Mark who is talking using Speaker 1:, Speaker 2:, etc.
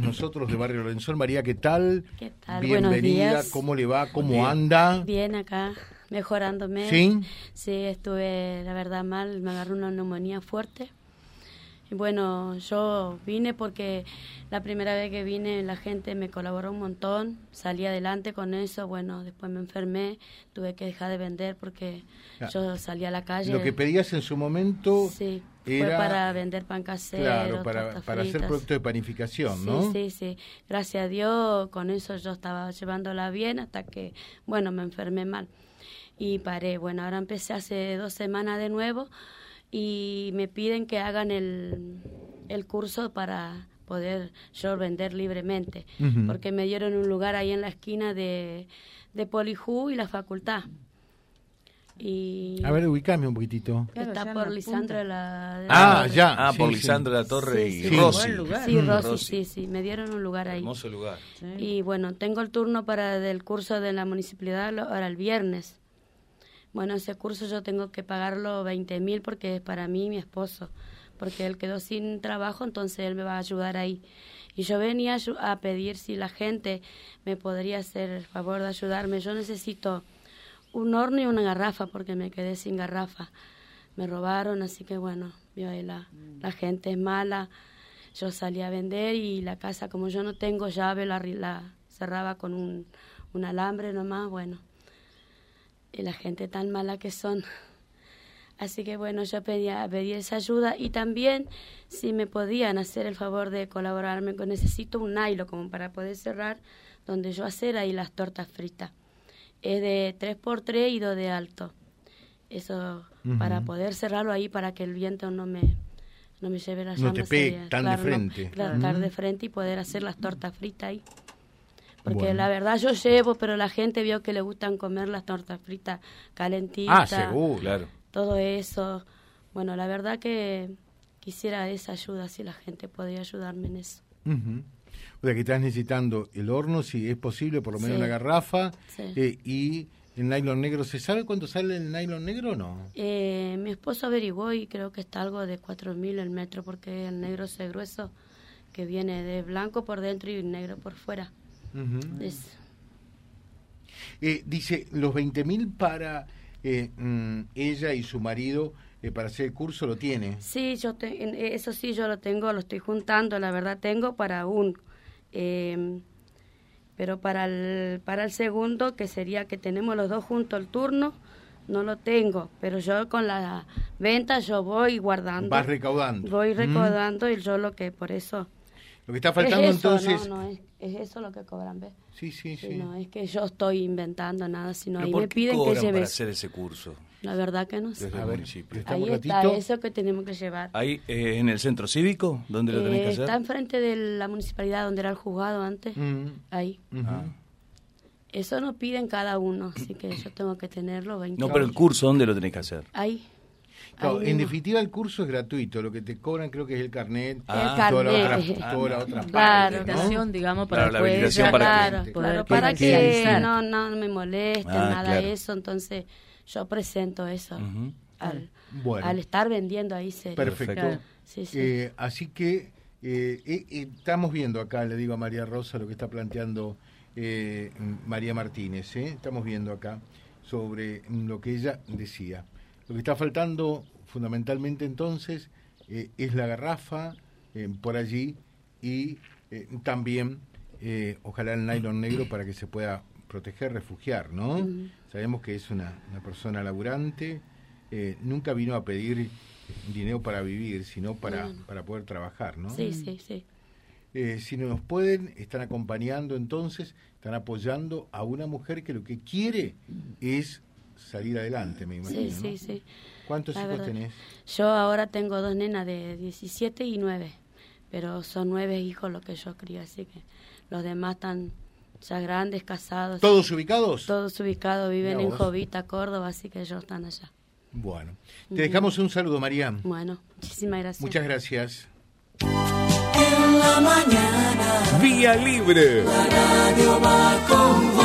Speaker 1: Nosotros de Barrio Lorenzón, María, ¿qué tal?
Speaker 2: ¿Qué tal? Buenos
Speaker 1: Bienvenida,
Speaker 2: días.
Speaker 1: ¿cómo le va? ¿Cómo anda?
Speaker 2: Bien acá, mejorándome.
Speaker 1: ¿Sí?
Speaker 2: Sí, estuve, la verdad, mal. Me agarró una neumonía fuerte. Y bueno, yo vine porque la primera vez que vine la gente me colaboró un montón. Salí adelante con eso. Bueno, después me enfermé. Tuve que dejar de vender porque
Speaker 1: Ah.
Speaker 2: yo salí a la calle.
Speaker 1: Lo que pedías en su momento
Speaker 2: Sí, fue
Speaker 1: era...
Speaker 2: para vender pan casero,
Speaker 1: Claro, para,
Speaker 2: tortas
Speaker 1: para hacer
Speaker 2: fritas.
Speaker 1: producto de panificación,
Speaker 2: Sí,
Speaker 1: ¿no?
Speaker 2: sí, sí. Gracias a Dios, con eso yo estaba llevándola bien hasta que, bueno, me enfermé mal. Y paré. Bueno, ahora empecé hace dos semanas de nuevo y me piden que hagan el, el curso para poder yo vender libremente.
Speaker 1: Ujú.
Speaker 2: Porque me dieron un lugar ahí en la esquina de, de Polijú y la facultad. Y
Speaker 1: A ver, ubicame un poquitito.
Speaker 3: Claro,
Speaker 2: está
Speaker 3: ya en
Speaker 2: por
Speaker 3: la
Speaker 2: Lisandro
Speaker 3: punta.
Speaker 2: de la... de la-
Speaker 1: Ah, ya.
Speaker 4: Ah,
Speaker 1: sí,
Speaker 4: por
Speaker 1: sí.
Speaker 4: Lisandro de la Torre
Speaker 2: Sí,
Speaker 4: y
Speaker 1: sí.
Speaker 4: Rossi.
Speaker 3: Buen lugar.
Speaker 2: Sí,
Speaker 4: Mm,
Speaker 2: Rosy, sí, sí, me dieron un lugar ahí.
Speaker 4: Hermoso lugar.
Speaker 2: Y bueno, tengo el turno para del curso de la municipalidad lo- ahora el viernes. Bueno, ese curso yo tengo que pagarlo 20 mil porque es para mí y mi esposo. Porque él quedó sin trabajo, entonces él me va a ayudar ahí. Y yo venía a ayu- a pedir si la gente me podría hacer el favor de ayudarme. Yo necesito un horno y una garrafa porque me quedé sin garrafa. Me robaron, así que bueno, vio ahí la, la gente es mala. Yo salí a vender y la casa, como yo no tengo llave, la, arri- la cerraba con un, un alambre nomás, bueno. Y la gente tan mala que son. Así que bueno, yo pedía, pedí esa ayuda y también si me podían hacer el favor de colaborarme, con necesito un nylon como para poder cerrar donde yo hacer ahí las tortas fritas. Es de 3x3 y 2 de alto. Eso
Speaker 1: Ujú.
Speaker 2: para poder cerrarlo ahí para que el viento no me, no me lleve la
Speaker 1: No te
Speaker 2: llama
Speaker 1: pegue
Speaker 2: sería,
Speaker 1: tan de
Speaker 2: claro, no,
Speaker 1: frente.
Speaker 2: claro, estar de frente y poder hacer las tortas fritas ahí. Porque
Speaker 1: Bueno.
Speaker 2: la verdad yo llevo, pero la gente vio que le gustan comer las tortas fritas
Speaker 1: Ah,
Speaker 2: calentitas,
Speaker 1: seguro.
Speaker 4: Claro.
Speaker 2: todo eso. Bueno, la verdad que quisiera esa ayuda, si la gente podría ayudarme en eso.
Speaker 1: Ujú. O sea, que estás necesitando el horno, si es posible, por lo menos
Speaker 2: Sí.
Speaker 1: una garrafa.
Speaker 2: Sí.
Speaker 1: eh, y el nylon negro, ¿se sabe cuánto sale el nylon negro o no?
Speaker 2: Eh, mi esposo averiguó y creo que está algo de 4.000 el metro, porque el negro es grueso, que viene de blanco por dentro y negro por fuera.
Speaker 1: Ujú.
Speaker 2: Es-
Speaker 1: Eh, dice, los 20 mil para eh, mm, ella y su marido eh, para hacer el curso lo tiene.
Speaker 2: Sí, yo te- en- eh, eso sí, yo lo tengo, lo estoy juntando, la verdad tengo para un, eh, pero para el, para el segundo, que sería que tenemos los dos juntos el turno, no lo tengo, pero yo con la venta yo voy guardando,
Speaker 1: Vas recaudando.
Speaker 2: voy
Speaker 1: Mm.
Speaker 2: recaudando y yo lo que por eso...
Speaker 1: Lo que está faltando
Speaker 2: es eso,
Speaker 1: entonces...
Speaker 2: no, no, es, es eso lo que cobran, ¿ves?
Speaker 1: Sí, sí,
Speaker 2: Sí,
Speaker 1: sí.
Speaker 2: No es que yo estoy inventando nada, sino
Speaker 4: Pero
Speaker 2: ahí
Speaker 4: ¿por
Speaker 2: me
Speaker 4: qué
Speaker 2: piden que
Speaker 4: cobran para
Speaker 2: lleve...
Speaker 4: hacer ese curso?
Speaker 2: La verdad que no sé.
Speaker 4: Desde
Speaker 1: A
Speaker 4: el
Speaker 1: ver,
Speaker 4: municipio.
Speaker 1: está
Speaker 2: Ahí
Speaker 1: un
Speaker 2: está,
Speaker 1: ratito.
Speaker 2: eso que tenemos que llevar.
Speaker 4: Ahí eh, en el centro cívico, ¿dónde lo
Speaker 2: Eh,
Speaker 4: tenés que
Speaker 2: Está
Speaker 4: hacer?
Speaker 2: enfrente de la municipalidad donde era el juzgado antes.
Speaker 1: Mm,
Speaker 2: Ahí.
Speaker 1: ujú.
Speaker 4: Ah.
Speaker 2: Eso nos piden cada uno, así que yo tengo que tenerlo 20
Speaker 4: No, pero el
Speaker 2: horas.
Speaker 4: curso, ¿dónde lo tenés que hacer?
Speaker 2: Ahí.
Speaker 1: Claro,
Speaker 2: Ahí
Speaker 1: en
Speaker 2: mismo.
Speaker 1: definitiva el curso es gratuito, lo que te cobran creo que es el carnet,
Speaker 4: Ah.
Speaker 1: y toda la
Speaker 2: El
Speaker 1: otra,
Speaker 2: carnet.
Speaker 1: toda la otra
Speaker 2: Claro,
Speaker 1: parte, ¿no?
Speaker 3: habilitación, digamos,
Speaker 4: Claro,
Speaker 3: para
Speaker 4: la
Speaker 3: poder
Speaker 4: habilitación
Speaker 3: ya-
Speaker 4: para que-
Speaker 2: claro, claro, para que
Speaker 3: comercializar.
Speaker 2: no, no me moleste
Speaker 4: Ah,
Speaker 2: nada
Speaker 4: claro.
Speaker 2: eso, entonces yo presento eso.
Speaker 4: Ujú.
Speaker 2: al,
Speaker 1: Bueno.
Speaker 2: al estar vendiendo ahí se...
Speaker 1: Perfecto.
Speaker 3: Claro.
Speaker 2: Sí, sí.
Speaker 1: Eh, así que eh, eh, eh, estamos viendo acá, le digo a María Rosa lo que está planteando eh, m- María Martínez, ¿eh? estamos viendo acá sobre mm, lo que ella decía. Lo que está faltando fundamentalmente entonces eh, es la garrafa eh, por allí y eh, también eh, ojalá el nylon negro para que se pueda proteger, refugiar, ¿no?
Speaker 2: Ujú.
Speaker 1: Sabemos que es una, una persona laburante, eh, nunca vino a pedir dinero para vivir, sino para,
Speaker 2: No, no.
Speaker 1: para poder trabajar, ¿no?
Speaker 2: Sí, sí, sí.
Speaker 1: Eh, si no nos pueden, están acompañando entonces, están apoyando a una mujer que lo que quiere es salir adelante, me imagino.
Speaker 2: Sí,
Speaker 1: ¿no?
Speaker 2: sí, sí.
Speaker 1: ¿Cuántos
Speaker 2: La
Speaker 1: hijos
Speaker 2: verdad.
Speaker 1: tenés?
Speaker 2: Yo ahora tengo dos nenas de 17 y 9, pero son nueve hijos los que yo crío, así que los demás están ya grandes, casados.
Speaker 1: ¿Todos ubicados?
Speaker 2: Todos ubicados, viven
Speaker 1: Mirá
Speaker 2: en
Speaker 1: vos.
Speaker 2: Jovita, Córdoba, así que ellos están allá.
Speaker 1: Bueno, te dejamos un saludo, María.
Speaker 2: Bueno, muchísimas gracias.
Speaker 1: Muchas gracias.
Speaker 5: En la mañana,
Speaker 4: Vía Libre.
Speaker 5: la radio va con vos.